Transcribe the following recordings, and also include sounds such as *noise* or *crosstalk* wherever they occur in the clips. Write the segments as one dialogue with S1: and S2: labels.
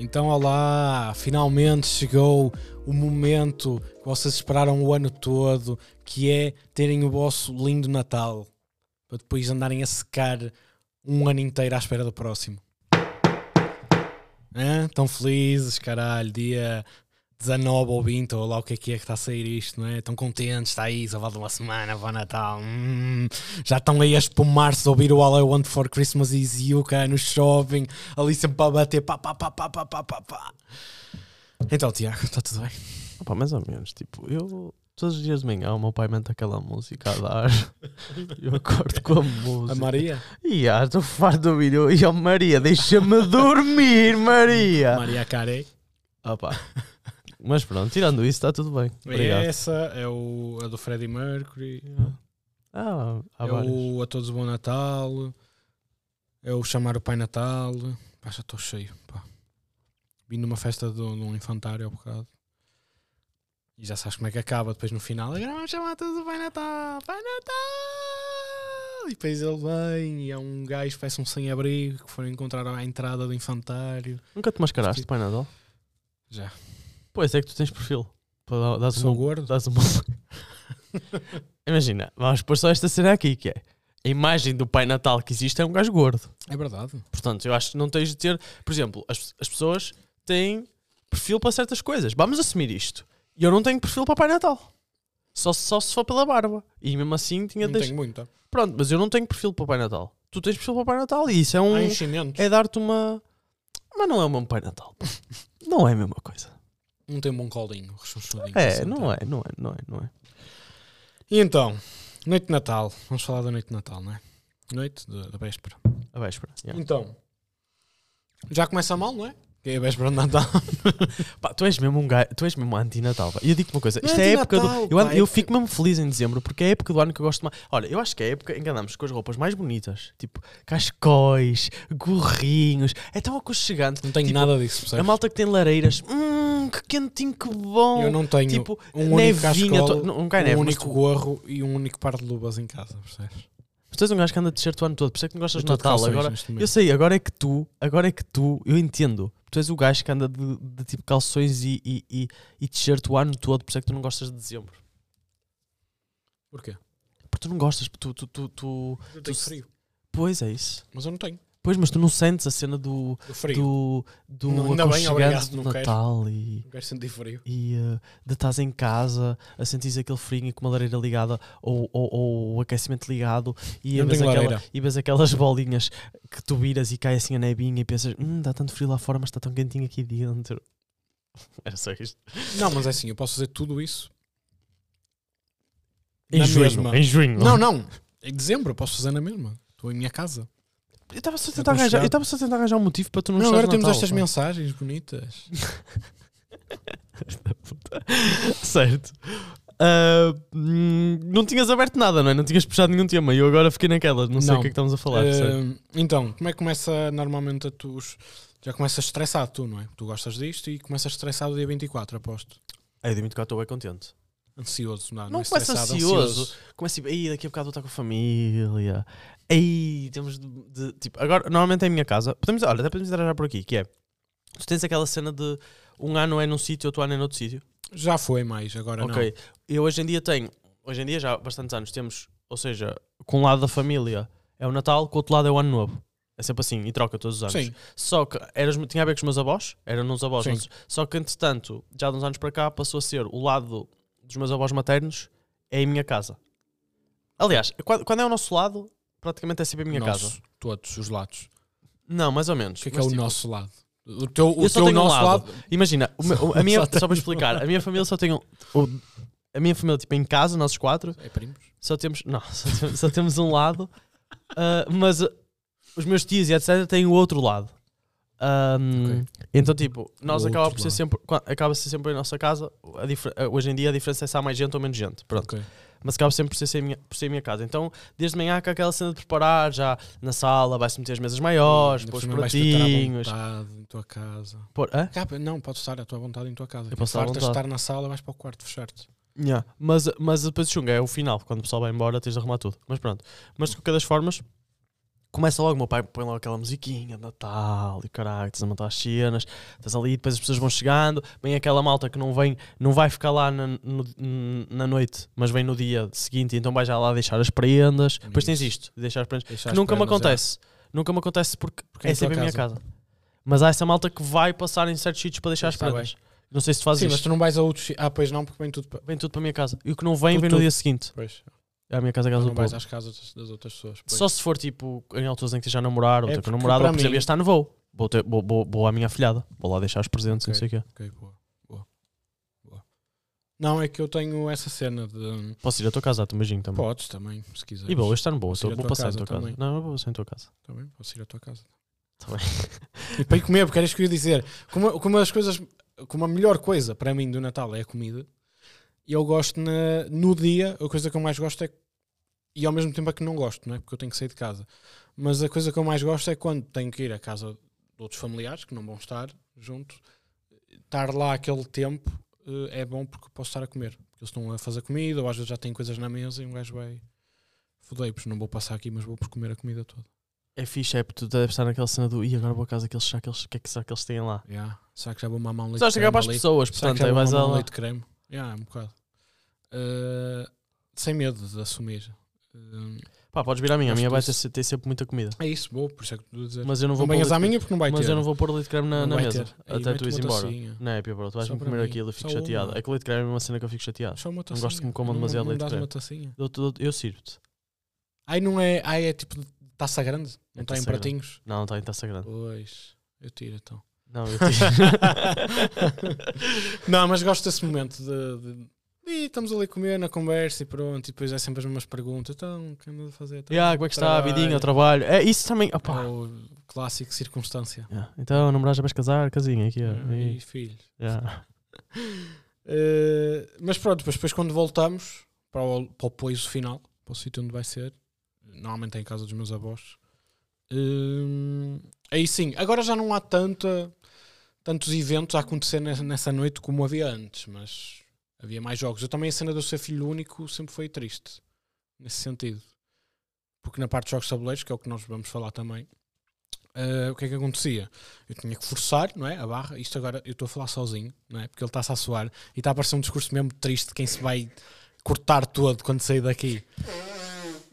S1: Então, olá! Finalmente chegou o momento que vocês esperaram o ano todo, que é terem o vosso lindo Natal, para depois andarem a secar um ano inteiro à espera do próximo. Hã? Tão felizes, caralho, dia 19 ou 20, ou lá o que é que é que está a sair isto, não é? Tão contentes, está aí, só falta uma semana para o Natal. Hum. já estão aí a espumar-se, a ouvir o All I Want for Christmas is You, cá no shopping, ali sempre para bater, pá, pá, pá, pá, pá, pá, pá, pá. Então, Tiago, está tudo bem?
S2: Opa, mais ou menos, tipo, eu todos os dias de manhã o meu pai mete aquela música a
S1: *laughs*
S2: dar. eu acordo com a música.
S1: A Maria?
S2: E ah, estou farto do vídeo. E oh Maria, deixa-me dormir,
S1: *laughs*
S2: Maria!
S1: Maria Carey.
S2: Opa. Mas pronto, tirando isso, está tudo bem. Obrigado.
S1: Essa é o, a do Freddie Mercury.
S2: Ah, há
S1: é
S2: vários.
S1: o A Todos Bom Natal. É o Chamar o Pai Natal. Pá, já estou cheio. Pá. Vim numa festa de um de um infantário há bocado. E já sabes como é que acaba depois no final. Agora vamos chamar todos o Pai Natal. Pai Natal! E depois ele vem e é um gajo, parece um sem-abrigo, que foram encontrar à entrada do infantário.
S2: Nunca te mascaraste, Pai Nadal?
S1: Já.
S2: Pois é que tu tens perfil. Para dar- Dás
S1: Sou
S2: uma.
S1: gordo.
S2: Dás uma...
S1: *laughs*
S2: Imagina, vamos pôr só esta cena aqui que é. A imagem do Pai Natal que existe é um gajo gordo.
S1: É verdade.
S2: Portanto, eu acho que não tens de ter. Por exemplo, as, as pessoas têm perfil para certas coisas. Vamos assumir isto. E eu não tenho perfil para Pai Natal. Só, só se for pela barba. E mesmo assim tinha
S1: Não
S2: de
S1: tenho muito.
S2: Pronto, mas eu não tenho perfil para Pai Natal. Tu tens perfil para Pai Natal e isso é um.
S1: Há enchimentos.
S2: É dar-te uma. Mas não é o mesmo Pai
S1: *laughs*
S2: Natal. pô. não é a mesma coisa.
S1: Não tem um bom colinho, rechonchudinho.
S2: É,
S1: assim,
S2: não
S1: tá.
S2: é, não é, não é, não é.
S1: E então, noite de Natal. Vamos falar da noite de Natal, não é? Noite de- da véspera.
S2: A véspera. yeah.
S1: Então, já começa mal, não é? Que é a véspera de Natal.
S2: Pá, tu és mesmo um gajo, tu és mesmo anti-Natal. pá. E eu digo-te uma coisa,
S1: Não é
S2: isto é a época do.
S1: anti-Natal,
S2: Eu, ando-
S1: pá, é
S2: eu
S1: que-
S2: fico mesmo feliz em dezembro porque é a época do ano que eu gosto mais. Olha, eu acho que é a época em que andamos com as roupas mais bonitas, tipo cascóis, gorrinhos, é tão aconchegante.
S1: Não tenho
S2: Tipo,
S1: nada disso, percebes?
S2: A malta que tem lareiras, hum, que quentinho, que bom.
S1: Eu não tenho
S2: tipo,
S1: um único
S2: nevinha,
S1: cascola,
S2: to- não, não cai neve,
S1: um
S2: mas
S1: único
S2: tu-
S1: gorro e um único par de luvas em casa, percebes?
S2: Mas tu és um gajo que anda de t-shirt o ano todo, por isso é que não gostas
S1: Eu
S2: de
S1: tô de
S2: Natal.
S1: calções
S2: Agora,
S1: neste momento.
S2: eu sei, agora é que tu, agora é que tu, eu entendo. Tu és o gajo que anda de, de tipo calções e, e, e, e t-shirt o ano todo, por isso é que tu não gostas de dezembro.
S1: Porquê?
S2: Porque tu não gostas, tu, tu, tu, tu-
S1: Eu
S2: tenho
S1: tenho frio.
S2: Pois é isso.
S1: Mas eu não tenho.
S2: Pois, mas tu não sentes a cena do.
S1: Do frio.
S2: do, do
S1: Não, ainda bem,
S2: aconchegante
S1: obrigado,
S2: do
S1: não quero.
S2: Natal e.
S1: Não quero sentir frio.
S2: E eh, de estás em casa a sentir aquele frio com uma lareira ligada ou, ou, ou o aquecimento ligado e
S1: Eu não
S2: vês,
S1: tenho
S2: aquela,
S1: lareira.
S2: e vês aquelas bolinhas que tu viras e cai assim a nebinha e pensas, hum, dá tanto frio lá fora, mas está tão quentinho aqui dentro. *laughs* Era só isto.
S1: Não, mas é assim, eu posso fazer tudo isso.
S2: Em
S1: Na
S2: junho,
S1: mesma.
S2: em junho.
S1: Não, não. Em dezembro eu posso fazer na mesma. Estou em minha casa.
S2: Eu estava só a
S1: É
S2: tentar arranjar,
S1: aconchegante.
S2: eu estava só a tentar arranjar um motivo para tu não
S1: Não,
S2: gostares
S1: agora
S2: de
S1: temos
S2: Natal,
S1: estas
S2: *laughs* pá.
S1: mensagens bonitas.
S2: Certo. Ah, hum, não tinhas aberto nada, não é? Não tinhas puxado nenhum tema. E eu agora fiquei naquela, não sei
S1: Não. Eh,
S2: o que é que estamos a falar. certo?
S1: Ahm, então, como é que começa normalmente a tu? os- Já começas estressado, tu, não é? Tu gostas disto e começas estressado dia 24, aposto.
S2: Ai, eu admito que eu estou bem contente.
S1: Ansioso, não, não,
S2: Não
S1: é
S2: começa
S1: estressado,
S2: ansioso. Começo tipo, aí daqui a bocado vou estar com a família. Aí temos de, de- Tipo, agora, normalmente é em minha casa. Podemos, olha, até podemos entrar já por aqui, que é. Tu tens aquela cena de um ano é num sítio, outro ano é noutro sítio.
S1: Já foi mais, agora
S2: Ok. Eu hoje em dia tenho, hoje em dia já há bastantes anos, temos, ou seja, com um lado da família é o Natal, com o outro lado é o Ano Novo. É sempre assim, e troca todos os
S1: não.
S2: anos.
S1: Sim,
S2: Só que eras, tinha a ver com os meus avós, eram uns avós.
S1: Sim.
S2: mas- só que entretanto, já de uns anos para cá, passou a ser o lado dos meus avós maternos é em minha casa. Aliás, quando, quando é o nosso lado, praticamente é sempre a minha
S1: nosso,
S2: casa.
S1: todos os lados.
S2: Não, mais ou menos.
S1: O que é, que é
S2: Mas,
S1: o
S2: tipo,
S1: nosso lado? O teu, o
S2: eu só
S1: teu
S2: tenho um
S1: nosso
S2: lado.
S1: lado.
S2: Imagina, o meu- a
S1: *laughs*
S2: minha,
S1: só
S2: só,
S1: tenho
S2: para explicar, a minha família só tem um. o- a minha família, tipo, em casa, nós os quatro,
S1: É primos.
S2: só temos. Não, *laughs* só temos, só temos um lado, ah, mas ah, os meus tios e etc. têm o outro lado.
S1: Ok.
S2: Ahm, Então, tipo, nós
S1: outro
S2: acaba por ser
S1: lado.
S2: sempre, qua- acaba -se sempre em nossa casa. a difer- ah, hoje em dia a diferença é se há mais gente ou menos gente. Pronto.
S1: Ok.
S2: Mas acaba sempre por ser, ser, minha, por ser minha casa. Então, desde manhã com aquela cena de preparar, já na sala, vai-se meter as mesas maiores,
S1: Hum, Ainda por
S2: pôr os
S1: cima vais estar à
S2: pratinhos.
S1: vontade em tua casa.
S2: Pôr, hã?
S1: Cá, não, podes estar à tua vontade em tua casa. Tipo,
S2: Eu posso estar à
S1: Fartas de
S2: vontade.
S1: estar na sala, vais para o quarto fechar-te.
S2: Yeah. Mas, mas depois chunga, é o final, quando o pessoal vai embora, tens de arrumar tudo. Mas pronto. Mas de qualquer das formas, Começa logo, o meu pai põe logo aquela musiquinha de Natal e caralho, estás a montar as cenas, estás ali, depois as pessoas vão chegando, vem aquela malta que não vem, não vai ficar lá na, no- na noite, mas vem no dia seguinte, então vai já lá deixar as prendas. Depois tens
S1: Isso.
S2: isto, de deixar as prendas.
S1: Deixa
S2: que
S1: as
S2: nunca me
S1: pernas, é.
S2: acontece. Nunca me acontece porque,
S1: é na
S2: é
S1: tua
S2: sempre a minha casa. Mas há essa malta que vai passar em certos sítios para deixar as
S1: Está
S2: prendas. Não sei se tu fazes
S1: Sim,
S2: isto.
S1: mas tu não vais a outros. si- Ah, pois não, porque vem tudo para.
S2: Vem tudo para a minha casa. E o que não vem,
S1: Tudo,
S2: vem no
S1: tudo.
S2: dia seguinte.
S1: Pois.
S2: É a minha casa, a casa
S1: Não
S2: do povo.
S1: vais às casas das outras pessoas. pois.
S2: Só se for tipo em alturas em que esteja a namorar ou
S1: É
S2: estou com a
S1: porque
S2: namorada, ou
S1: para
S2: por exemplo,
S1: mim-
S2: este ano vou. Vou, ter- vou, vou, vou à minha afilhada. Vou lá deixar os presentes, e não sei o quê.
S1: Ok, boa. Boa. Boa. Não, é que eu tenho essa cena de.
S2: Posso ir à tua casa, tu imagino também.
S1: Podes também, se quiseres.
S2: Tá E vou, este ano vou.
S1: Posso ir
S2: Vou,
S1: à
S2: vou
S1: tua
S2: passar em
S1: casa
S2: tua casa.
S1: também.
S2: Não, eu vou passar em tua casa.
S1: Também, posso ir à tua casa.
S2: Tá bem.
S1: E para ir comer, porque era isto que eu ia dizer. Como, como as coisas. Como a melhor coisa para mim do Natal é a comida, eu gosto na, no dia, a coisa que eu mais gosto é. E ao mesmo tempo é que não gosto, não é? Porque eu tenho que sair de casa. Mas a coisa que eu mais gosto é quando tenho que ir à casa de outros familiares que não vão estar junto, estar lá aquele tempo eh, é bom porque eu posso estar a comer. Porque eles estão a fazer comida ou às vezes já têm coisas na mesa e um gajo vai. Fodei-vos, não vou passar aqui, mas vou por comer a comida toda.
S2: É fixe, é porque tu deves estar naquela cena do e agora vou à casa, aqueles, será que eles, o que é que será que eles têm lá?
S1: Yeah. Será que já vou mamar um leite
S2: Estás
S1: de
S2: a chegar para as
S1: creme ali?
S2: pessoas,
S1: Será
S2: portanto,
S1: que já
S2: aí
S1: vou
S2: vais a
S1: mamar um
S2: lá.
S1: leite de creme? Yeah, um bocado. Uh, sem medo de assumir. Uh,
S2: Pá, podes vir à minha, a
S1: Gosto
S2: minha vai ter,
S1: disso.
S2: ter sempre muita comida.
S1: é isso, vou, por isso é que estou a dizer.
S2: Mas eu não
S1: não
S2: vou pôr
S1: venhas
S2: leite
S1: à
S2: de-
S1: minha porque não vai
S2: Mas
S1: ter.
S2: eu não vou pôr leite de creme na,
S1: Não
S2: na
S1: vai
S2: mesa.
S1: ter. Aí
S2: Até tu
S1: mete
S2: ires
S1: uma
S2: embora.
S1: tacinha.
S2: Não é, pior, tu vais-me
S1: Só para
S2: comer
S1: mim.
S2: aquilo e fico
S1: Só uma.
S2: chateado. É que o leite de creme é uma cena que eu fico chateado.
S1: Só uma
S2: Não
S1: tacinha.
S2: gosto que me comam
S1: Não-
S2: demasiado
S1: não
S2: leite de
S1: dás
S2: creme.
S1: uma tacinha.
S2: Eu, eu, eu sirvo-te.
S1: Ai, não é. Ai, é tipo de taça grande. Não
S2: É
S1: está em
S2: taça grande.
S1: pratinhos.
S2: Não, não está em taça grande.
S1: Pois, eu tiro então. *laughs*
S2: Não, eu *laughs* tiro.
S1: Não, mas gosto desse momento de. de... E estamos ali a comer na conversa e pronto, e depois é sempre as mesmas perguntas. Então, o que anda a fazer? Então,
S2: yeah, como é que está a
S1: Trabalho.
S2: vidinha, o trabalho? É, isso também. Opa.
S1: é o clássico circunstância.
S2: Yeah. Então, namorar já vais casar, casinha aqui. ó.
S1: E
S2: E-
S1: filhos.
S2: yeah.
S1: Uh, mas pronto, depois, depois quando voltamos para o, para o poiso final, para o sítio onde vai ser, normalmente é em casa dos meus avós, hum, aí sim, agora já não há tanta, tantos eventos a acontecer nessa, nessa noite como havia antes, mas havia mais jogos. Eu também a cena de eu ser filho único sempre foi triste, nesse sentido. Porque na parte de jogos de tabuleiros, que é o que nós vamos falar também, uh, o que é que acontecia? Eu tinha que forçar, não é? A barra. Isto agora eu estou a falar sozinho, não é? Porque ele está-se a soar e está a parecer um discurso mesmo triste de quem se vai cortar todo quando sair daqui.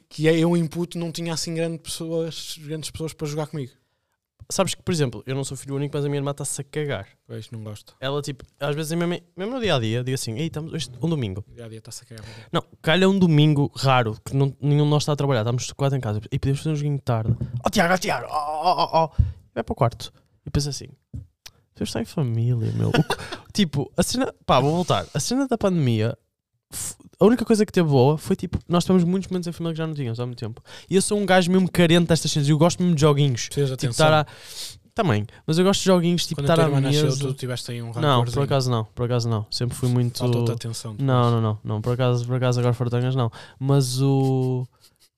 S1: Que é eu input não tinha assim grande pessoas, grandes pessoas para jogar comigo.
S2: Sabes que, por exemplo, eu não sou filho único, mas a minha irmã está-se a cagar.
S1: Pois não gosto.
S2: Ela, tipo, às vezes, mesmo, mesmo no dia a dia, digo assim: Ei, estamos hoje, um domingo.
S1: Já dia está-se a cagar. para mim.
S2: Não, calha um domingo raro, que não- nenhum de nós está a trabalhar, estamos quatro em casa e podemos fazer um joguinho de tarde. Oh Tiago, oh Tiago, oh, oh, oh, oh. E Vai para o quarto e pensa assim: Deus está em família, meu. O que- *laughs* tipo, a cena, pá, vou voltar. A cena da pandemia, f- a única coisa que teve boa foi tipo, nós tivemos muitos momentos em família que já não tínhamos há muito tempo. E eu sou um gajo mesmo carente destas cenas, eu gosto mesmo de joguinhos.
S1: Precisas de
S2: Tipo,
S1: atenção.
S2: estar a. Também, mas eu gosto de joguinhos tipo
S1: quando a
S2: estar
S1: tua
S2: à
S1: irmã
S2: mesa.
S1: nasceu, tu tiveste aí um
S2: Não,
S1: rancor.
S2: por acaso não, por acaso não. Sempre fui muito.
S1: Faltou-te atenção. depois.
S2: Não, não, não, não. Por acaso, por acaso agora fartangas não. Mas o.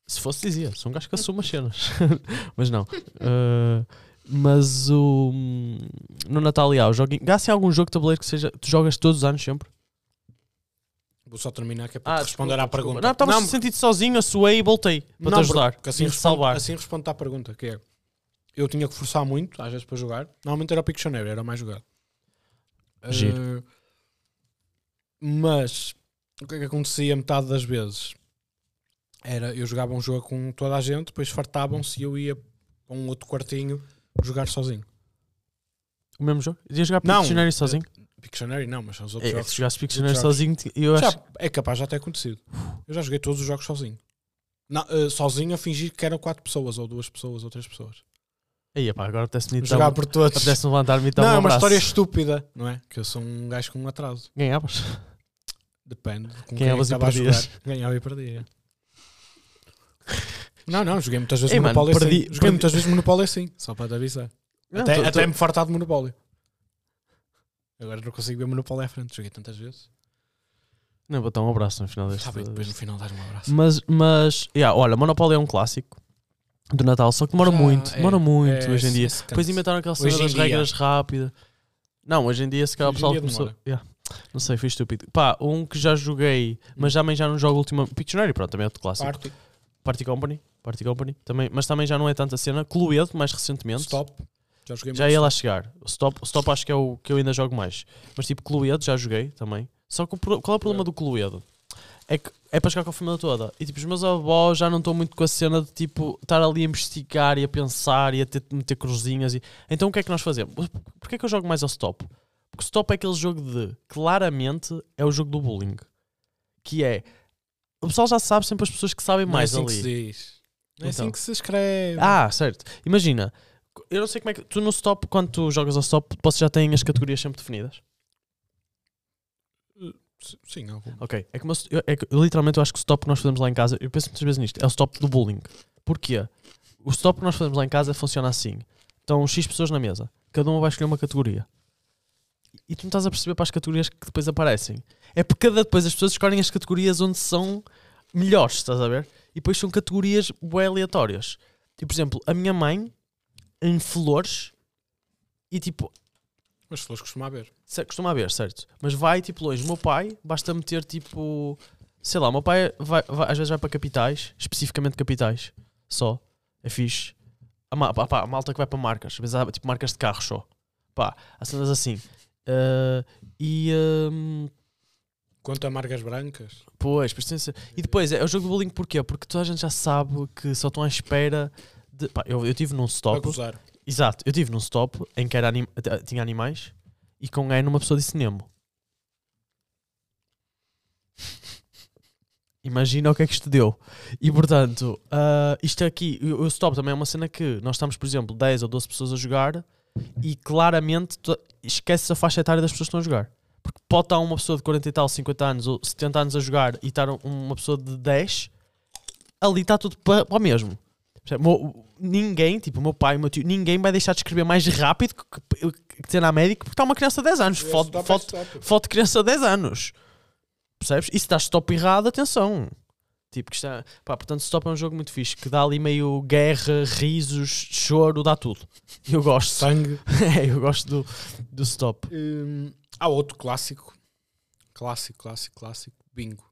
S2: Se fosse dizia, sou um gajo que assumo as cenas. *laughs* mas não. Uh, mas o. hum, No Natal e há o joguinho. Há assim algum jogo de tabuleiro que seja. Tu jogas todos os anos sempre?
S1: Vou só terminar que é para te
S2: Ah, desculpa,
S1: responder à
S2: desculpa.
S1: pergunta.
S2: Não, estavas não, sentido sozinho, assoei e voltei para te ajudar.
S1: porque Assim
S2: e te
S1: respondo,
S2: salvar.
S1: assim respondo à pergunta, que é eu tinha que forçar muito, às vezes, para jogar. Normalmente era o Pictionary, era o mais jogado.
S2: Giro.
S1: Eh, mas o que é que acontecia metade das vezes? Era eu jogava um jogo com toda a gente, depois fartavam-se e eu ia para um outro quartinho jogar sozinho.
S2: O mesmo jogo? Ia jogar
S1: Não.
S2: Pictionary sozinho?
S1: Pictionary não, mas os
S2: É,
S1: outros
S2: é,
S1: jogos.
S2: se jogasse Pictionary
S1: outros jogos.
S2: sozinho, ti- eu acho.
S1: Já- é capaz de já ter acontecido. Eu já joguei todos os jogos sozinho. Não, eh, sozinho a fingir que eram quatro pessoas, ou duas pessoas, ou três pessoas.
S2: Aí, pá, agora apetece-me então.
S1: Jogar por todos.
S2: Apetece-me levantar-me e dar
S1: não, é uma
S2: um abraço. é,
S1: história estúpida, não é? Que eu sou um gajo com um atraso.
S2: Ganhavas?
S1: Depende. de Com quem, é que
S2: Ganhavas e
S1: estava a
S2: perdias.
S1: jogar. Ganhava e perdia. Não, não, joguei muitas vezes
S2: Ei, mano,
S1: Monopólio assim.
S2: perdi-
S1: Joguei
S2: perdi-
S1: muitas vezes Monopólio assim, só para te avisar.
S2: Não,
S1: até
S2: tô- tô-
S1: até me fartar de Monopólio. Agora não consigo ver Monopólio à frente. Joguei tantas vezes.
S2: Não, vou dar um abraço no final deste.
S1: Sabe, Tá depois no final dar um abraço.
S2: Mas, mas yeah, olha, Monopólio é um clássico do Natal, só que demora
S1: Já
S2: muito,
S1: é-
S2: demora muito
S1: é
S2: hoje em
S1: esse-
S2: dia.
S1: esse canto.
S2: Depois inventaram aquela cena
S1: Hoje em
S2: das
S1: dia.
S2: regras rápidas. Não, hoje em dia se calhar o
S1: Hoje em
S2: pessoal
S1: dia
S2: começou.
S1: demora.
S2: Yeah. Não sei, fui estúpido. Pá, um que já joguei, mas também já não jogo ultimamente. Pictionary, pronto, também é outro clássico.
S1: Party.
S2: Party Company. Party Company, também, mas também já não é tanta cena. Cluedo, mais recentemente.
S1: Stop. Já joguei
S2: Já
S1: muito
S2: ia lá
S1: Stop.
S2: chegar. O Stop, o Stop acho que é o que eu ainda jogo mais. Mas tipo, Cluedo já joguei também. Só que o pro- qual é o problema do Cluedo? É que é para jogar com a família toda. E tipo, os meus avós já não estão muito com a cena de tipo estar ali a investigar e a pensar e a ter, meter cruzinhas. E... Então o que é que nós fazemos? Porquê é que eu jogo mais ao Stop? Porque o Stop é aquele jogo de claramente é o jogo do bullying. Que é o pessoal já sabe sempre as pessoas que sabem
S1: Não é
S2: mais
S1: assim
S2: ali.
S1: que se diz. Não é
S2: Então.
S1: assim que se escreve.
S2: Ah, certo. Imagina, eu não sei como é que. Tu no stop, quando tu jogas ao stop, vocês já têm as categorias sempre definidas.
S1: S- Sim, algum.
S2: Ok. É que, o meu- eu, é que eu literalmente eu acho que o stop que nós fazemos lá em casa, eu penso muitas vezes nisto, é o stop do bullying. Porquê? O stop que nós fazemos lá em casa funciona assim. Estão X pessoas na mesa, cada uma vai escolher uma categoria. E tu não estás a perceber para as categorias que depois aparecem. É porque cada depois as pessoas escolhem as categorias onde são melhores, estás a ver? E depois são categorias bué aleatórias. E por exemplo, a minha mãe em flores e tipo,
S1: Mas flores costuma haver.
S2: se- costuma haver, certo? Mas vai tipo longe. O meu pai, basta meter tipo. Sei lá, o meu pai vai- vai- às vezes vai para capitais, especificamente capitais, só. É fixe. A, ma- pá, pá, a malta que vai para marcas, às vezes há tipo marcas de carros só. Pá, há cenas assim. Ah, e. hum,
S1: Quanto a marcas brancas,
S2: Pois, pois tem de ser. E depois, é o jogo do bullying porquê? Porque toda a gente já sabe que só estão à espera de. Pá, eu, eu tive num
S1: para
S2: stop.
S1: gozar.
S2: Exato, eu tive num stop em que era anim- t- tinha animais e com N uma pessoa disse Nemo. Imagina o que é que isto deu. E portanto, ah, isto aqui, o o stop também é uma cena que nós estamos, por exemplo, 10 ou 12 pessoas a jogar e claramente to- esquece a faixa etária das pessoas que estão a jogar. Porque pode estar uma pessoa de 40 e tal, 50 anos ou 70 anos a jogar e estar um- uma pessoa de 10, ali está tudo para o mesmo. Percebe? Mo- Ninguém, tipo, o meu pai, o meu tio, ninguém vai deixar de escrever mais rápido que, que, que, que cena médica porque está uma criança de 10 anos.
S1: Esse
S2: Foto,
S1: stop é
S2: foto,
S1: stop.
S2: foto de criança de 10 anos. Percebes? E se dás stop errado, atenção. Tipo, que está... Pá, portanto, stop é um jogo muito fixe, que dá ali meio guerra, risos, choro, dá tudo. *laughs* Eu gosto.
S1: Sangue.
S2: é, eu gosto do, do stop.
S1: Hum, há outro clássico. Clássico, clássico, clássico. Bingo.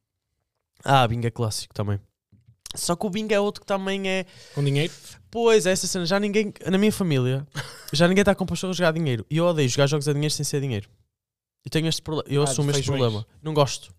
S2: Ah, Bing é clássico também. Só que o Bing é outro que também é...
S1: Com dinheiro?
S2: Pois, é essa cena. Já ninguém... Na minha família, já ninguém está com paixão a jogar dinheiro. E eu odeio jogar jogos a dinheiro sem ser dinheiro. Eu tenho este problema. Eu
S1: Ah, de
S2: assumo este
S1: feijões.
S2: problema. Não gosto.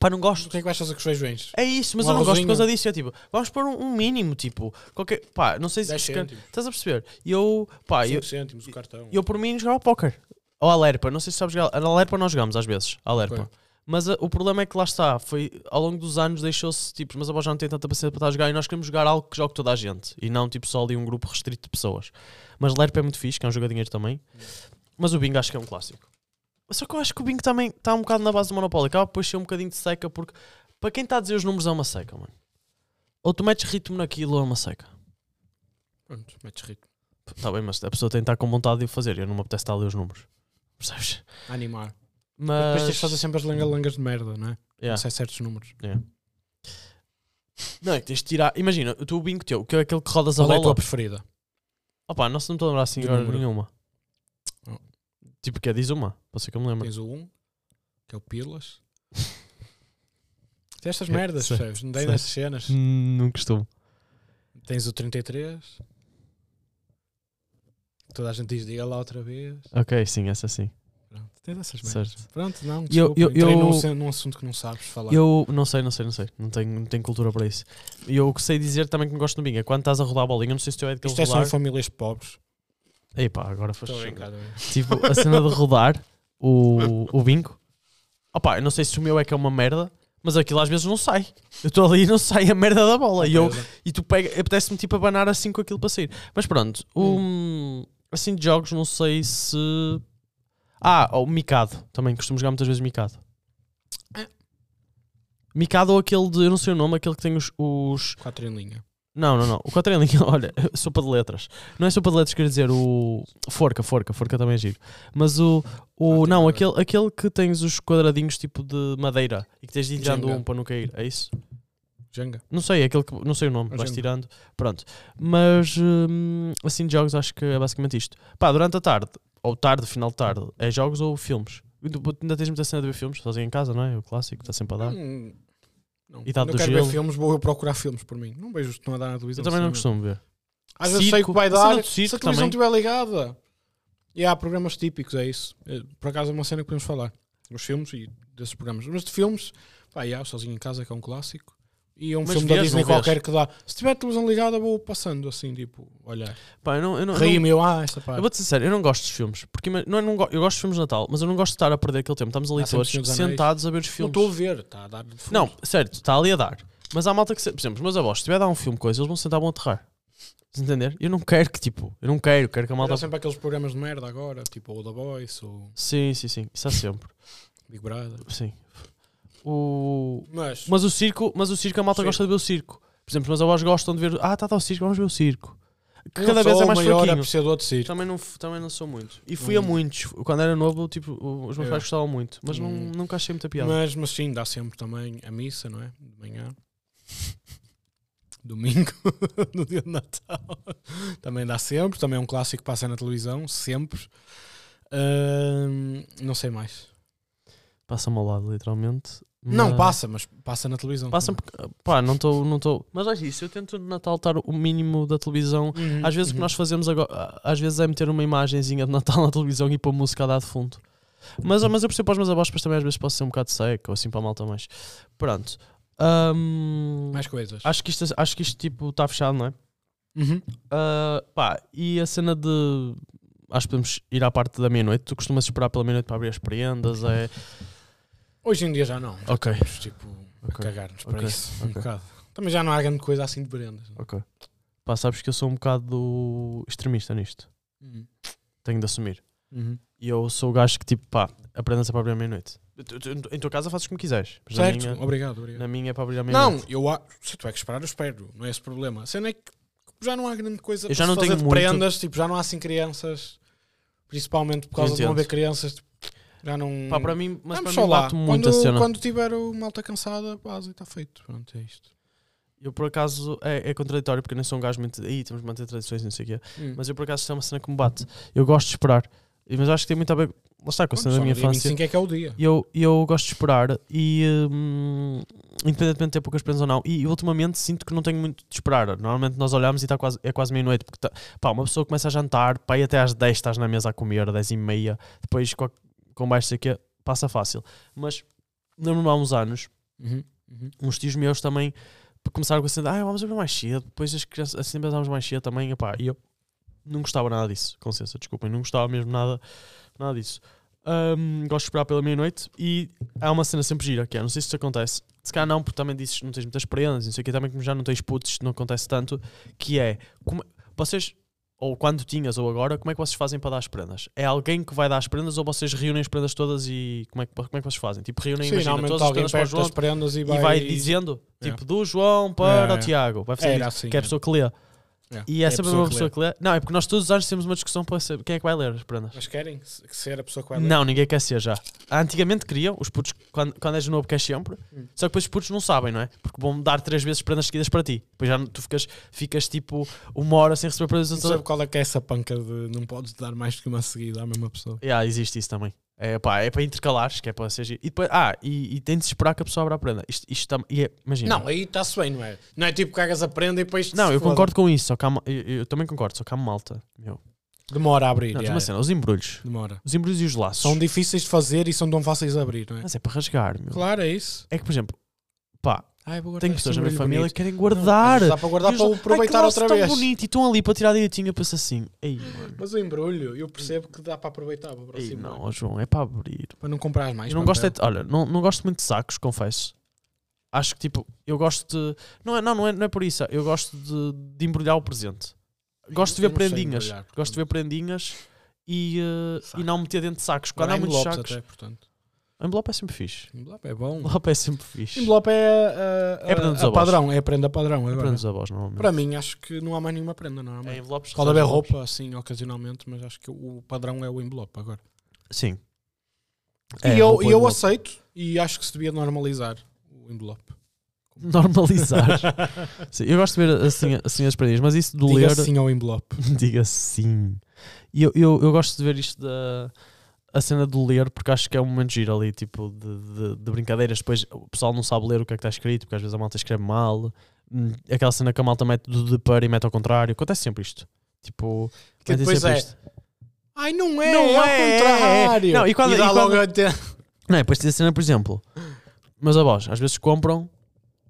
S2: Pá, não gosto.
S1: O que é que vais fazer com os feijões?
S2: É isso, mas
S1: Um
S2: eu não gosto por
S1: arrozinho.
S2: causa disso. É tipo, vamos pôr um, um mínimo, tipo, qualquer. Pá, não sei se.
S1: 10
S2: Estás
S1: cêntimos.
S2: a perceber? E eu, pá,
S1: 5
S2: Ah, eu,
S1: cêntimos o cartão.
S2: eu por mim jogava póquer. Ou a Lerpa, não sei se sabes jogar. A Lerpa nós jogamos às vezes, a Lerpa.
S1: Ok.
S2: Mas ah, o problema é que lá está, foi ao longo dos anos deixou-se, tipo, mas a já não tem tanta paciência para estar a jogar e nós queremos jogar algo que jogue toda a gente e não, tipo, só ali um grupo restrito de pessoas. Mas Lerpa é muito fixe, que é um jogo a dinheiro também. Mas o Bingo acho que é um clássico. Só que eu acho que o Bingo também está um bocado na base do Monopólio, acaba depois de ser um bocadinho de seca, porque para quem está a dizer os números é uma seca, mano. Ou tu metes ritmo naquilo ou é uma seca.
S1: Pronto, metes rico.
S2: Está bem, mas a pessoa tem que estar com vontade de o fazer, eu não me apetece estar a ler os números. Percebes?
S1: Animar. Mas...
S2: Mas.
S1: Depois tens de fazer sempre as lengalangas de merda, não é?
S2: Yeah.
S1: Não sei certos números.
S2: Não, é que tens de tirar. Imagina, o teu bingo teu, que é aquele que rodas a
S1: Qual é a
S2: bola.
S1: tua preferida?
S2: Opa, não se não estou a lembrar assim
S1: De
S2: agora
S1: número.
S2: nenhuma.
S1: Oh.
S2: Tipo, que é diz uma. Pode ser que eu me lembre.
S1: Tens o 1, que é o
S2: *laughs*
S1: Pilas. Tens estas
S2: É,
S1: merdas,
S2: sei,
S1: percebes? Não tem
S2: sei.
S1: nessas cenas.
S2: Hum, Não costumo.
S1: Tens o 33. Toda a gente diz, diga lá outra vez.
S2: Ok, sim, essa sim.
S1: Pronto, tens essas merdas.
S2: Certo.
S1: Pronto, não,
S2: Eu-
S1: desculpa,
S2: eu-
S1: entrei
S2: eu-
S1: num assu- num assunto que não sabes falar.
S2: Eu não sei, não sei, não sei. Não tenho, não tenho cultura para isso. E eu o que sei dizer também que me gosto no bingo é quando estás a rodar a bolinha, não sei se tu é daquele
S1: Isto é só
S2: rodar.
S1: em famílias pobres.
S2: Ei pá, agora foste.
S1: Estou a brincar. é estou a brincar.
S2: Tipo, a cena de rodar o, o bingo. Opa, eu não sei se o meu é que é uma merda, mas aquilo às vezes não sai. Eu estou ali e não sai a merda da bola. E eu, E tu pega, apetece-me tipo abanar assim com aquilo para sair. Mas pronto,
S1: Hum.
S2: um, assim de jogos, não sei se. Ah, o Mikado também, costumo jogar muitas vezes Mikado.
S1: É.
S2: Mikado ou aquele de, eu não sei o nome, aquele que tem os. os...
S1: Quatro em linha.
S2: Não, não, não. O quadrilho, *laughs* olha, sopa de letras. Não é sopa de letras, quer dizer, o. Forca, forca, forca também é giro. Mas o.
S1: Ah,
S2: o
S1: tem
S2: não,
S1: nada a
S2: aquele, aquele que tens os quadradinhos tipo de madeira e que tens de ir tirando
S1: Jenga.
S2: um para não cair, é isso?
S1: Jenga.
S2: Não sei, é aquele que não sei o nome,
S1: Mas
S2: vais
S1: lembro.
S2: tirando. Pronto. Mas hum, assim de jogos acho que é basicamente isto. Pá, durante a tarde, ou tarde, final de tarde, é jogos ou filmes. E tu- Ainda tens muita cena de ver filmes, sozinho em casa, não é? O clássico, está sempre a dar.
S1: Hum, Não, Não,
S2: Idade
S1: Quando eu
S2: do
S1: quero
S2: Gelo.
S1: ver filmes, vou eu procurar filmes por mim. Não vejo o que estão a dar na televisão.
S2: Eu também não
S1: sinceramente.
S2: costumo ver.
S1: Às vezes sei que
S2: Circo,
S1: vai
S2: a cena
S1: dar
S2: do
S1: se a
S2: circo
S1: televisão
S2: também.
S1: estiver ligada. E há programas típicos, é isso. É, Por acaso é uma cena que podemos falar. Os filmes e desses programas. Mas de filmes, pá, e há o Sozinho em Casa, que é um clássico. E é um
S2: Mas
S1: filme da
S2: vês,
S1: Disney
S2: não vês?
S1: qualquer que dá. Se tiver a televisão ligada, vou passando assim, tipo, olha.
S2: Pá, eu não, eu não, eu não-
S1: Rio-me, eu, ah, esta
S2: Eu
S1: parte.
S2: vou-te ser sério, eu não gosto dos filmes. Porque ima- não, eu, não go- eu gosto de filmes de Natal, mas eu não gosto de estar a perder aquele tempo. Estamos ali
S1: Há Ah, sempre
S2: todos
S1: Senhor dos Anéis.
S2: sentados a ver os
S1: Não
S2: filmes.
S1: estou a ver, está a dar de fundo.
S2: Não, certo, está ali a dar. Mas há malta que, se- por exemplo, os meus avós, se tiver a dar um filme, coisa, eles vão sentar, vão aterrar. Estás a entender? Eu não quero que, tipo, eu não quero, quero que a malta.
S1: Há sempre aqueles programas de merda agora, tipo ou The Voice ou
S2: Sim, sim, sim, isso há sempre.
S1: Big Brother.
S2: Sim. O...
S1: Mas,
S2: Mas o circo, mas o circo, a malta
S1: Circo.
S2: gosta de ver o circo. Por exemplo, os meus avós gostam de ver. Ah, está tá o circo, vamos ver o circo.
S1: eu
S2: Cada vez
S1: sou
S2: é mais
S1: o maior
S2: fraquinho. é Hum.
S1: apreciador de circo.
S2: Também não, f- também não sou muito. E fui
S1: Não.
S2: a muitos. Quando era novo, tipo, o- os meus
S1: É.
S2: pais gostavam muito. Mas não,
S1: Hum.
S2: nunca achei muita piada.
S1: Mas, mas sim, dá sempre também a missa, não é? De manhã. Domingo, *laughs* no dia de Natal. Também dá sempre. Também é um clássico que passa na televisão, sempre. Ahm, não sei mais.
S2: Passa-me ao lado, literalmente.
S1: Não
S2: Mas-
S1: passa, mas passa na televisão.
S2: Passa-me. Pá, não estou. Não tô... Mas acho isso. Eu tento no Natal estar o mínimo da televisão.
S1: também. Uhum,
S2: Às vezes o que
S1: uhum.
S2: nós fazemos agora. Às vezes é meter uma imagenzinha de Natal na televisão e pôr música a dar de fundo. Mas,
S1: Uhum.
S2: mas eu percebo para os meus avós, depois também às vezes posso ser um bocado seco ou assim para a malta mais. Pronto. Ahm,
S1: Mais coisas.
S2: acho, que isto, acho que isto tipo está fechado, não é?
S1: Uhum.
S2: Ah, pá, e a cena de. Acho que podemos ir à parte da meia-noite. Tu costumas esperar pela meia-noite para abrir as prendas? É.
S1: Hoje em dia já não. Já
S2: Ok.
S1: estamos, tipo, a
S2: Ok.
S1: cagar-nos para
S2: Ok,
S1: isso. Um
S2: ok.
S1: bocado. Também já não há grande coisa assim de prendas. não é?
S2: Pá, sabes que eu sou um bocado extremista nisto.
S1: Uhum.
S2: Tenho de assumir.
S1: Uhum.
S2: E eu sou o gajo que, tipo, pá, a prenda é para abrir à meia-noite. Tu- tu- Em tua casa fazes como quiseres. mas na
S1: Certo,
S2: minha-
S1: obrigado, obrigado.
S2: Na minha é para abrir à meia-noite.
S1: Não, eu a- se tu é que esperar, eu espero, não é esse problema. A cena é que já não há grande coisa
S2: Eu já
S1: para
S2: não
S1: se fazer
S2: tenho
S1: de
S2: muito-
S1: prendas, tipo, já não há assim crianças, principalmente por causa de não
S2: Entendo.
S1: haver crianças, tipo, já não.
S2: Pá, para mim, mas
S1: hum, Vamos
S2: para
S1: só
S2: mim
S1: lá.
S2: bate muito
S1: quando,
S2: a cena.
S1: quando tiver o malta cansada, quase está feito. Pronto, é isto.
S2: Eu, por acaso, é, é contraditório porque eu não sou um gajo muito. Aí, temos de manter tradições e não sei o quê.
S1: Hum.
S2: Mas eu, por acaso, isto é uma cena que me bate. Eu gosto de esperar. E- Mas acho que tem muito a ver. Lá está, com a
S1: Pronto,
S2: cena
S1: só
S2: da minha
S1: no dia
S2: infância.
S1: 25 é que é o dia.
S2: E eu, e eu gosto de esperar e hum, independentemente de ter poucas prendas ou não, e ultimamente sinto que não tenho muito de esperar. Normalmente nós olhamos e tá quase, é quase meia-noite, porque tá- pá, uma pessoa começa a jantar, pá, e até às 10 estás na mesa a comer, 10 e meia, depois com, a, com baixo sei o quê, passa fácil. Mas lembro-me há uns anos,
S1: Uhum, uhum.
S2: uns tios meus também começaram com a cena de, ah, vamos abrir mais cedo, depois as crianças assim pensámos mais cedo também, e, pá, e eu não gostava nada disso, com licença, desculpem, não gostava mesmo nada, nada disso. Hum, gosto de esperar pela meia-noite e há uma cena sempre gira, que é, não sei se isso acontece, se calhar não, porque também dizes que não tens muitas prendas, não sei o que, também como já não tens putos, isto não acontece tanto, que é, como, vocês, ou quando tinhas ou agora, como é que vocês fazem para dar as prendas? É alguém que vai dar as prendas ou vocês reúnem as prendas todas e como é que, como é que vocês fazem? Tipo, reúnem,
S1: Sim,
S2: imagina,
S1: normalmente
S2: todas as
S1: alguém
S2: prendas para o
S1: perde
S2: João,
S1: as prendas e vai,
S2: e vai dizendo,
S1: É.
S2: tipo, do João para
S1: É, é.
S2: o Tiago. Vai fazer
S1: Era
S2: isso.
S1: assim,
S2: que é a
S1: é.
S2: pessoa que lê.
S1: É.
S2: E
S1: É
S2: é
S1: a pessoa
S2: sempre a mesma
S1: que
S2: pessoa que lê. Não, é porque nós todos os anos temos uma discussão para saber quem é que vai ler as prendas.
S1: Mas querem se- ser a pessoa que vai ler?
S2: Não, ninguém quer ser já. Antigamente queriam, os putos, quando, quando és novo, queres sempre.
S1: Hum.
S2: Só que depois os putos não sabem, não é? Porque vão dar três vezes prendas seguidas para ti. Depois já não- tu ficas, ficas tipo uma hora sem receber prendas.
S1: Não sabe qual é que é essa panca de não podes dar mais que uma seguida à mesma pessoa.
S2: Yeah, existe isso também. É, pá, é para intercalares, que é para ser. giro. E depois, ah, e, e tem de esperar que a pessoa abra a prenda. Isto, isto tam- e é- imagina.
S1: Não, aí está-se bem, não é? Não é tipo cagas a prenda e depois.
S2: Não,
S1: se
S2: eu
S1: foda.
S2: concordo com isso, só que há, ma- eu, eu também concordo, só que há malta. Meu.
S1: Demora a abrir.
S2: Não,
S1: já
S2: tem uma
S1: é.
S2: cena, os embrulhos.
S1: Demora.
S2: Os embrulhos e os laços.
S1: São difíceis de fazer e são tão fáceis de abrir, não é?
S2: Mas é para rasgar, meu.
S1: Claro, é isso.
S2: É que, por exemplo, pá,
S1: Ai, vou guardar
S2: tenho
S1: este
S2: pessoas na minha
S1: embrulho
S2: família
S1: bonito.
S2: que querem
S1: Não,
S2: guardar.
S1: mas dá para guardar
S2: E os
S1: para o
S2: la-
S1: aproveitar
S2: Ai, que laço
S1: outra vez.
S2: tão bonito e estão ali para tirar direitinho. Eu penso assim, ei, mano.
S1: Mas o embrulho, eu percebo que dá para aproveitar para o
S2: Ei,
S1: próximo.
S2: não,
S1: ano.
S2: ó, João, é para abrir.
S1: Para não comprar mais.
S2: eu não
S1: papel.
S2: gosto, é de- olha, não, não gosto muito de sacos, confesso. Acho que tipo, eu gosto de. Não, é, não, não, é, não é por isso. Eu gosto de, de embrulhar o presente. Gosto de
S1: Eu um
S2: ver
S1: não sei
S2: prendinhas.
S1: embrulhar, portanto.
S2: Gosto de ver prendinhas e, eh,
S1: Saco.
S2: e não meter dentro de sacos. Quando
S1: Não
S2: há muitos
S1: é envelopes
S2: sacos.
S1: Até, portanto.
S2: Envelope é sempre fixe.
S1: Envelope é bom.
S2: Envelope é sempre fixe.
S1: Envelope é, a,
S2: É prenda dos avós.
S1: padrão, é a prenda padrão.
S2: é
S1: Agora.
S2: para nos avós, normalmente.
S1: Para mim, acho que não há mais nenhuma prenda, não há
S2: É
S1: mais.
S2: envelopes.
S1: Pode haver
S2: envelopes.
S1: roupa, assim, ocasionalmente, mas acho que o padrão é o envelope agora.
S2: Sim.
S1: e
S2: É,
S1: eu,
S2: roupa
S1: e eu
S2: envelope. *laughs*
S1: aceito e acho que se devia normalizar o envelope. *laughs*
S2: Normalizar. Sim, eu gosto de ver assim, assim as prendas, mas isso de
S1: Diga assim,
S2: ler. *laughs*
S1: sim ao envelope.
S2: Diga sim. E eu, eu, eu gosto de ver isto da. a cena de ler, porque acho que é um momento giro ali, tipo, de, de, de brincadeiras. Depois o pessoal não sabe ler o que é que está escrito, porque às vezes a malta escreve mal. Hum, Aquela cena que a malta mete do de para e mete ao contrário. Acontece sempre isto. Tipo,
S1: Que
S2: metem
S1: depois
S2: sempre
S1: é.
S2: isto.
S1: Ai, não é!
S2: Não
S1: é, ao
S2: é, é,
S1: contrário!
S2: é. Não, e quando-
S1: dá
S2: e
S1: logo
S2: quando-
S1: a entender-
S2: Não, e depois tens a cena, por exemplo, meus avós às vezes compram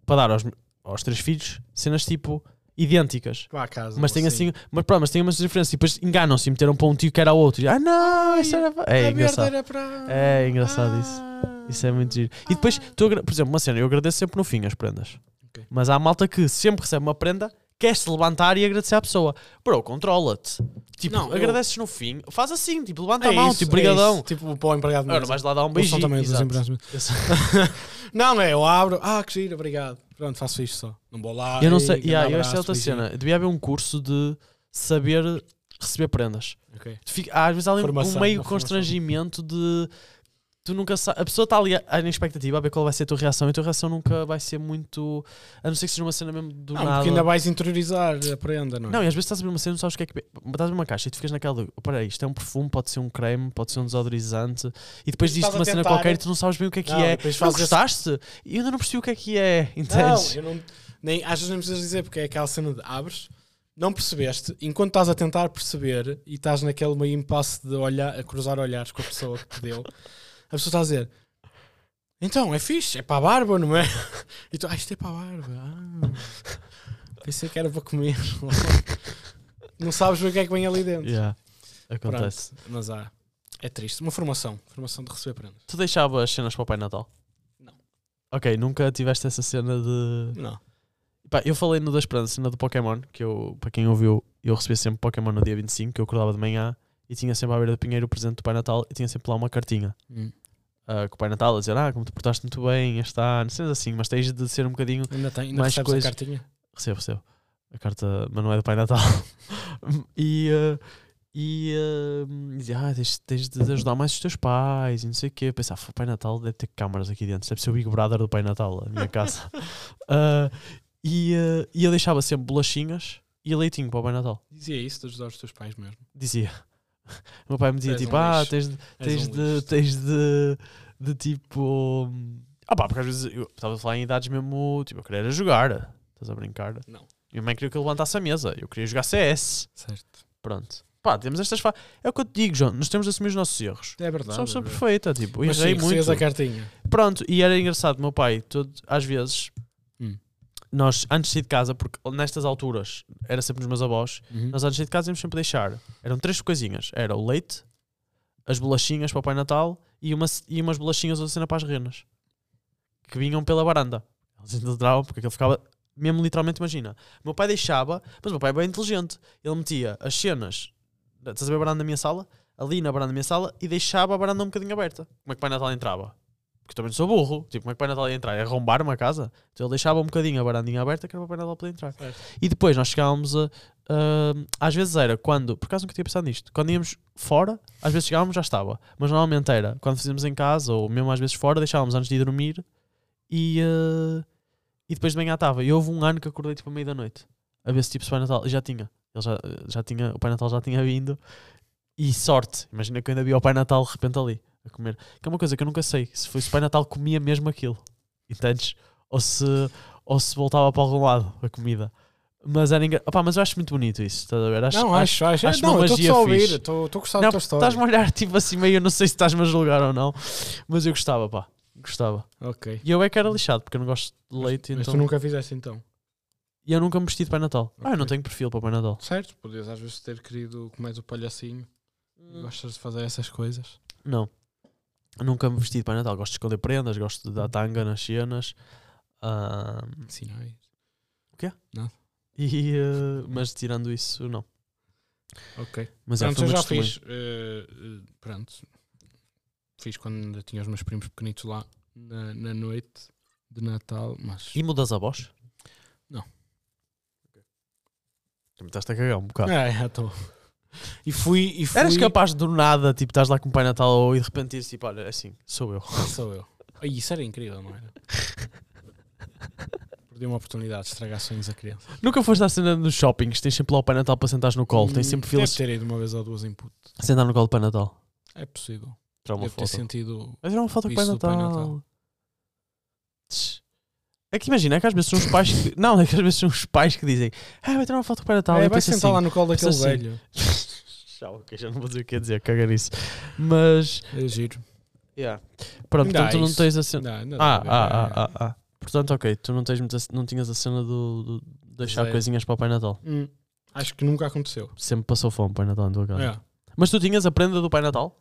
S2: para dar aos, aos três filhos cenas tipo idênticas.
S1: *laughs* Vá à casa.
S2: Mas tem assim, mas, pronto, mas tem umas diferenças e depois enganam-se e meteram para um tio que era outro. E, ah, não, isso era. pa-" É
S1: a merda
S2: engraçado.
S1: era Ah. para...
S2: É engraçado isso. Isso é muito giro. E depois, tu, agra- por exemplo, uma cena, eu agradeço sempre no fim as prendas.
S1: Ah. Ok.
S2: Mas há malta que sempre recebe uma prenda, quer-se levantar e agradecer à pessoa. Bro, controla-te. Tipo,
S1: Não, eu-
S2: agradeces no fim, faz assim, tipo, levanta
S1: É
S2: a mão,
S1: isso,
S2: tipo,
S1: é
S2: brigadão.
S1: isso. Tipo, para o empregado
S2: Agora
S1: mesmo.
S2: vais lá dar um
S1: Eles são
S2: beijinho.
S1: também dos
S2: Exato.
S1: empregados mesmo.
S2: Eu sei.
S1: Não, é, eu abro. Ah, que giro, obrigado. Pronto, faço isto só. Não vou lá.
S2: Eu não
S1: ei,
S2: sei,
S1: grande
S2: yeah, eu
S1: abraço,
S2: acho que é outra
S1: beijinho.
S2: cena. Devia haver um curso de saber receber prendas.
S1: Ok.
S2: Tu fica- há, às vezes há ali um-
S1: Formação,
S2: um meio
S1: uma formação.
S2: constrangimento de tu nunca sa- A pessoa está ali a- na expectativa a ver qual vai ser a tua reação e a tua reação nunca vai ser muito. A não ser que seja uma cena mesmo do
S1: Não,
S2: nada.
S1: porque ainda vais interiorizar a prenda, não é?
S2: Não, e às vezes estás a abrir uma cena e não sabes o que é que. Estás a abrir uma caixa e tu ficas naquela. do, Peraí, isto é um perfume, pode ser um creme, pode ser um desodorizante. E depois diz-te
S1: Estás a
S2: uma cena
S1: tentar-
S2: qualquer e tu não sabes bem o que é que
S1: Não,
S2: é.
S1: depois
S2: Não
S1: fazes esse-
S2: gostaste? E eu ainda não percebi o que é que é.
S1: Não,
S2: Entendes?
S1: eu não. Nem, às vezes nem precisas dizer porque é aquela cena de abres, não percebeste, enquanto estás a tentar perceber e estás naquele meio impasse de olhar, a cruzar olhares com a pessoa que te deu, a pessoa está a dizer. Então, é fixe, é para a barba, não é? *laughs* E tu, ah, isto é para a barba. ah. *laughs* Pensei que era para comer. *laughs* Não sabes bem o que é que vem ali dentro.
S2: Yeah. Acontece.
S1: Pronto, mas há. É triste. Uma formação. Formação de receber prendas.
S2: Tu deixavas cenas para o Pai Natal?
S1: Não.
S2: Ok, nunca tiveste essa cena de.
S1: Não.
S2: Pá, eu falei no das prendas, cena do Pokémon, que eu, para quem ouviu, eu recebia sempre Pokémon no dia 25, que eu acordava de manhã e tinha sempre à beira do Pinheiro o presente do Pai Natal e tinha sempre lá uma cartinha
S1: Hum.
S2: ah, com o Pai Natal a dizer: Ah, como te portaste muito bem este ano, cenas assim, mas tens de ser um bocadinho.
S1: Ainda, tem, ainda
S2: Mais
S1: recebes
S2: coisas.
S1: a cartinha?
S2: Recebo, recebo. A carta, mas não é do Pai Natal. *laughs* e. ah, e ah, dizia, ah, tens, tens de ajudar mais os teus pais e não sei o quê. Eu pensava, "Fô, o Pai Natal deve ter câmaras aqui dentro, deve ser o Big Brother do Pai Natal, a
S1: *laughs*
S2: minha casa. Ah, e, ah, e eu deixava sempre bolachinhas e leitinho para o Pai Natal.
S1: Dizia isso de ajudar os teus pais mesmo.
S2: Dizia. *laughs* O meu pai me dizia
S1: És um
S2: tipo, ah,
S1: lixo.
S2: tens de,
S1: És
S2: tens,
S1: um
S2: de,
S1: lixo.
S2: tens de, de tipo. Ah, pá, porque às vezes eu estava a falar em idades mesmo, tipo, eu queria era jogar. Estás a brincar?
S1: Não.
S2: Minha mãe queria que eu levantasse a mesa. Eu queria jogar CS.
S1: Certo.
S2: Pronto. Pá, temos estas fa... É o que eu te digo, João. Nós temos de assumir os nossos erros.
S1: É verdade.
S2: Só
S1: é
S2: pessoa
S1: verdade.
S2: perfeita, tipo, eu
S1: Mas
S2: errei
S1: sim,
S2: muito.
S1: recebias a cartinha.
S2: Pronto, e era engraçado, meu pai, todo, às vezes,
S1: Hum.
S2: nós, antes de sair de casa, porque nestas alturas era sempre nos meus avós,
S1: Uhum.
S2: nós antes de sair de casa íamos sempre deixar. Eram três coisinhas. Era o leite, as bolachinhas para o Pai Natal e, uma, e umas bolachinhas ou cena para as renas. Que vinham pela varanda. Eles entravam porque aquilo ficava... Mesmo literalmente, imagina. O meu pai deixava, mas o meu pai é bem inteligente. Ele metia as cenas... Estás a ver a varanda da minha sala? Ali na varanda da minha sala e deixava a varanda um bocadinho aberta. Como é que o Pai Natal entrava? Porque eu também não sou burro. Tipo, como é que o Pai Natal ia entrar? É arrombar uma casa? Então ele deixava um bocadinho a varandinha aberta que era para o Pai Natal poder entrar. E depois nós chegávamos a. a- às vezes era quando. Por acaso nunca tinha pensado nisto. Quando íamos fora, às vezes chegávamos já estava. Mas normalmente era quando fazíamos em casa ou mesmo às vezes fora, deixávamos antes de ir dormir e. ah, e depois de manhã estava. E houve um ano que acordei tipo à meia da noite a ver se tipo se o Pai Natal. E já tinha. Ele já, já tinha. O Pai Natal já tinha vindo. E sorte. Imagina que eu ainda vi o Pai Natal de repente ali a comer. Que é uma coisa que eu nunca sei. Se foi se o Pai Natal comia mesmo aquilo. Entendes? Ou se. Ou se voltava para algum lado a comida. Mas era engra... Opá, mas eu acho muito bonito isso, estás a ver? Acho,
S1: não, acho, acho.
S2: acho
S1: não,
S2: uma
S1: eu estou
S2: magia
S1: só a
S2: fixe.
S1: ouvir. Estou estou a gostar
S2: Não,
S1: da tua história.
S2: estás-me a olhar tipo assim meio, eu não sei se estás-me a julgar ou não, mas eu gostava, pá, gostava.
S1: Ok.
S2: E eu é que era lixado, porque eu não gosto de leite,
S1: Mas
S2: então...
S1: tu nunca fizeste então.
S2: E eu nunca me vesti de Pai Natal. Ah, eu não
S1: Ok.
S2: tenho perfil para Pai Natal.
S1: Certo? Podias às vezes ter querido comer o palhacinho.
S2: Hum.
S1: Gostas de fazer essas coisas?
S2: Não. Nunca me vesti de Pai Natal. Gosto de esconder prendas, gosto de dar tanga nas cenas. ah,
S1: Sinais.
S2: *laughs* e, eh, mas tirando isso, não.
S1: Ok.
S2: Mas é,
S1: Pronto,
S2: foi
S1: eu
S2: muito
S1: já
S2: testemunho.
S1: fiz. eh, eh, pronto. Fiz quando ainda tinha os meus primos pequenitos lá na, na noite de Natal. Mas.
S2: E mudas a voz?
S1: Não.
S2: Também estás a cagar um bocado.
S1: Ah, já estou. E fui. E fui
S2: Eras capaz de do nada, tipo, estás lá com o Pai Natal ou e de repente dizes tipo, olha, é assim, sou eu.
S1: *laughs*
S2: *laughs*
S1: Sou eu. Ai, isso era incrível, não era? Perdi uma oportunidade de estragar sonhos a criança.
S2: Nunca foste à cena nos shoppings, tens sempre lá o Pai Natal para sentares no colo, tens sempre
S1: Hum,
S2: filas
S1: Deve ter ido uma vez ou duas em puto.
S2: sentar no colo do Pai Natal.
S1: É possível.
S2: Tirar uma
S1: Deve ter
S2: foto.
S1: sentido.
S2: Vai tirar uma foto com o Pai
S1: Isso do Pai
S2: Natal.
S1: Natal.
S2: Tch. É que imagina, é que às vezes são os pais que. *laughs* Não, é que às vezes são os pais que dizem, ah, vai tirar uma foto com o Pai Natal.
S1: é,
S2: Eu
S1: vai
S2: penso
S1: sentar
S2: assim,
S1: lá no colo daquele
S2: pensa assim.
S1: velho.
S2: *laughs* Já, ok, já não vou dizer o que ia dizer, caga nisso. Mas.
S1: É giro.
S2: Pronto,
S1: Ainda há
S2: portanto, tu não
S1: isso.
S2: tens a cena.
S1: Não, não dá a
S2: Ah,
S1: ver.
S2: ah, ah, ah, ah. Portanto, ok, tu não, tens muita, não tinhas a cena do, do- de deixar
S1: Zero.
S2: coisinhas para o Pai Natal.
S1: Hum, acho que nunca aconteceu.
S2: Sempre passou fome Pai Natal na tua casa.
S1: É.
S2: Mas tu tinhas a prenda do Pai Natal?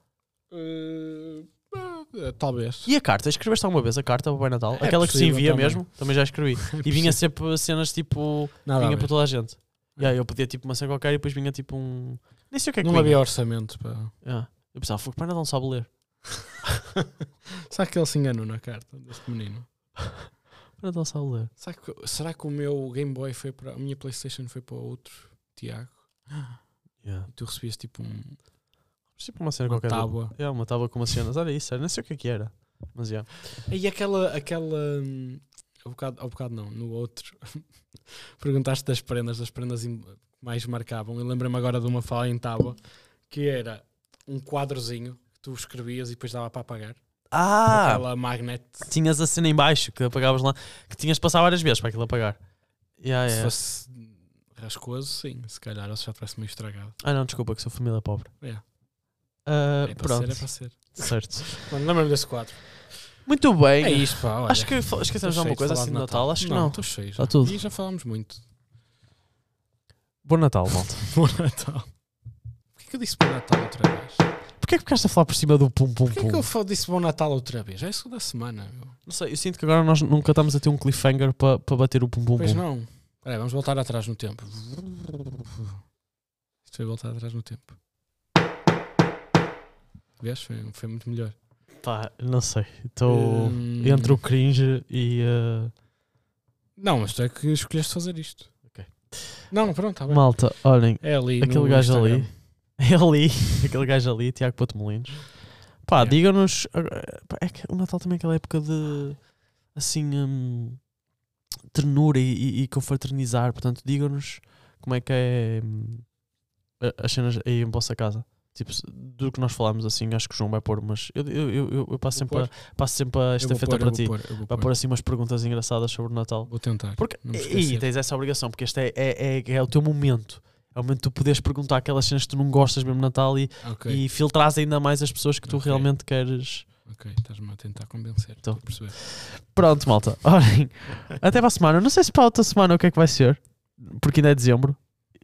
S1: Eh, ah, talvez.
S2: E a carta? Escreveste alguma vez a carta para o Pai Natal?
S1: É
S2: Aquela que se
S1: possível
S2: envia
S1: também.
S2: mesmo? Também
S1: *laughs*
S2: já escrevi.
S1: É
S2: E vinha sempre cenas tipo.
S1: Nada a
S2: vinha
S1: ver.
S2: para toda a gente. Yeah, eu pedia tipo uma cena qualquer e depois vinha tipo um. Nem sei o que é que
S1: Não
S2: vinha.
S1: havia orçamento.
S2: *laughs*
S1: Para...
S2: Yeah. Eu pensava, fogo, Pai Natal não sabe ler.
S1: Será que ele se enganou na carta deste menino?
S2: Pai Natal sabe ler.
S1: Será que, será que o meu Game Boy foi para. A minha PlayStation foi para outro Tiago?
S2: Yeah.
S1: E tu recebias tipo um,
S2: Tipo uma cena
S1: uma
S2: qualquer.
S1: tábua.
S2: É, uma tábua com umas cenas. Olha isso, era, nem sei o que é que era. Mas yeah.
S1: E aquela. aquela hum, ao, bocado, ao bocado não, no outro. *laughs* Perguntaste das prendas, das prendas im- que mais marcavam. Eu lembro-me agora de uma fala em tábua que era um quadrozinho que tu escrevias e depois dava para apagar.
S2: Ah!
S1: Aquela magnet.
S2: Tinhas a cena em baixo que apagavas lá, que tinhas de passar várias vezes para aquilo apagar. Yeah,
S1: Se
S2: yeah.
S1: fosse rascoso, sim. Se calhar ele já tivesse meio estragado.
S2: Ah não, desculpa, que sou família pobre.
S1: Yeah.
S2: Ah,
S1: é para
S2: pronto,
S1: ser, é para ser.
S2: certo.
S1: Mano, lembra-me desse quadro.
S2: Muito bem.
S1: É isto, pá. Olha.
S2: Acho que fa- esquecemos
S1: Estou
S2: alguma
S1: cheio de
S2: coisa
S1: falar
S2: assim
S1: de
S2: de Natal. Acho que não.
S1: Estou cheio.
S2: Está
S1: já.
S2: tudo.
S1: E já falámos muito.
S2: Bom Natal, malta.
S1: Bom Natal. Porquê que eu disse Bom Natal outra vez?
S2: Porquê que ficaste a falar por cima do pum pum
S1: Porquê
S2: pum?
S1: que eu fa- disse Bom Natal outra vez? Já é segunda semana. meu.
S2: Não sei, eu sinto que agora nós nunca estamos a ter um cliffhanger para bater o pum pum
S1: Pois
S2: pum.
S1: não. Espera aí, vamos voltar atrás no tempo. Isto foi voltar atrás no tempo. Vês? Foi, foi muito melhor.
S2: Pá, não sei. Estou
S1: Hum,
S2: entre o cringe e. ah,
S1: Não, mas tu é que escolheste fazer isto.
S2: Ok.
S1: Não, pronto, está Tá bem.
S2: Malta, olhem,
S1: É ali. no
S2: aquele gajo
S1: Instagram.
S2: ali. *laughs* É ali, aquele gajo ali, Tiago Pato Molinos. Pá,
S1: Yeah.
S2: digam-nos. ah, pá, É que o Natal também é aquela época de. Assim. hum, ternura e, e, e confraternizar. Portanto, digam-nos como é que é. hum, a- as cenas aí em vossa casa. Tipo, se- do que nós falámos assim, acho que o João vai pôr umas. Eu, eu, eu, eu- eu passo,
S1: Vou
S2: sempre a, passo sempre a
S1: Eu
S2: esta
S1: vou
S2: feta
S1: pôr,
S2: para
S1: eu
S2: ti.
S1: vou pôr, eu vou
S2: Vai
S1: pôr.
S2: pôr assim umas perguntas engraçadas sobre o Natal.
S1: Vou tentar.
S2: Porque
S1: Não me
S2: e,
S1: esquecer.
S2: e tens essa obrigação, porque este é, é, é, é o teu momento. É o momento de tu poderes perguntar aquelas cenas que tu não gostas mesmo no Natal e,
S1: Ok,
S2: e filtras ainda mais as pessoas que tu
S1: Ok.
S2: realmente queres.
S1: ok. Estás-me a tentar convencer.
S2: Tô.
S1: Estou a perceber.
S2: Pronto, malta. *laughs* Olhem, até para a semana. Não sei se para a outra semana o que é que vai ser, porque ainda é dezembro.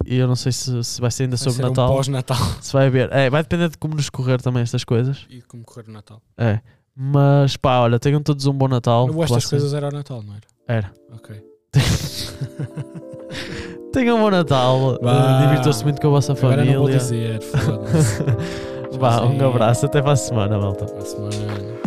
S2: E eu não sei se, se vai ser ainda
S1: Vai
S2: sobre
S1: ser um
S2: Natal. *laughs*
S1: pós-Natal.
S2: se vai haver. É, vai depender de como nos correr também estas coisas.
S1: E como correr o Natal.
S2: É. Mas pá, olha, tenham todos um bom Natal.
S1: Ou estas
S2: Vocês-
S1: coisas era o Natal, não era?
S2: Era. *laughs*
S1: Ok.
S2: Tenham um bom Natal.
S1: Vá.
S2: eh, Divirtam-se muito com a vossa
S1: Agora não vou
S2: *laughs* família.
S1: dizer, foda-se.
S2: Vá, um
S1: Tchauzinho.
S2: abraço. Até para a semana, malta.
S1: Até para a semana.